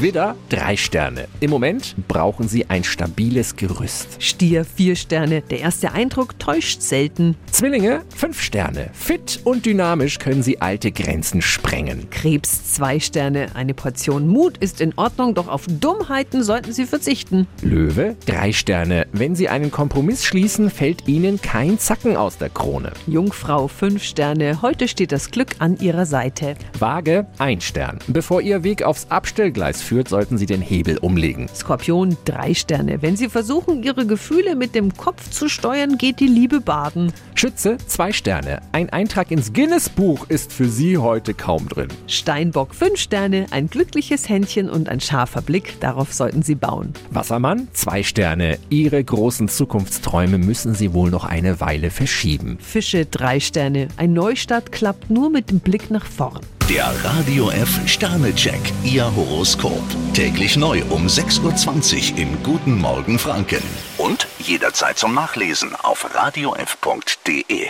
Widder, drei Sterne. Im Moment brauchen Sie ein stabiles Gerüst. Stier, vier Sterne. Der erste Eindruck täuscht selten. Zwillinge, fünf Sterne. Fit und dynamisch können Sie alte Grenzen sprengen. Krebs, zwei Sterne. Eine Portion Mut ist in Ordnung, doch auf Dummheiten sollten Sie verzichten. Löwe, drei Sterne. Wenn Sie einen Kompromiss schließen, fällt Ihnen kein Zacken aus der Krone. Jungfrau, fünf Sterne. Heute steht das Glück an Ihrer Seite. Waage, ein Stern. Bevor Ihr Weg aufs Abstellgleis führt, sollten Sie den Hebel umlegen. Skorpion, drei Sterne. Wenn Sie versuchen, Ihre Gefühle mit dem Kopf zu steuern, geht die Liebe baden. Schütze, zwei Sterne. Ein Eintrag ins Guinness-Buch ist für Sie heute kaum drin. Steinbock, fünf Sterne. Ein glückliches Händchen und ein scharfer Blick. Darauf sollten Sie bauen. Wassermann, zwei Sterne. Ihre großen Zukunftsträume müssen Sie wohl noch eine Weile verschieben. Fische, drei Sterne. Ein Neustart klappt nur mit dem Blick nach vorn. Der Radio F Sternecheck, Ihr Horoskop. Täglich neu um 6.20 Uhr im Guten Morgen Franken. Und jederzeit zum Nachlesen auf radiof.de.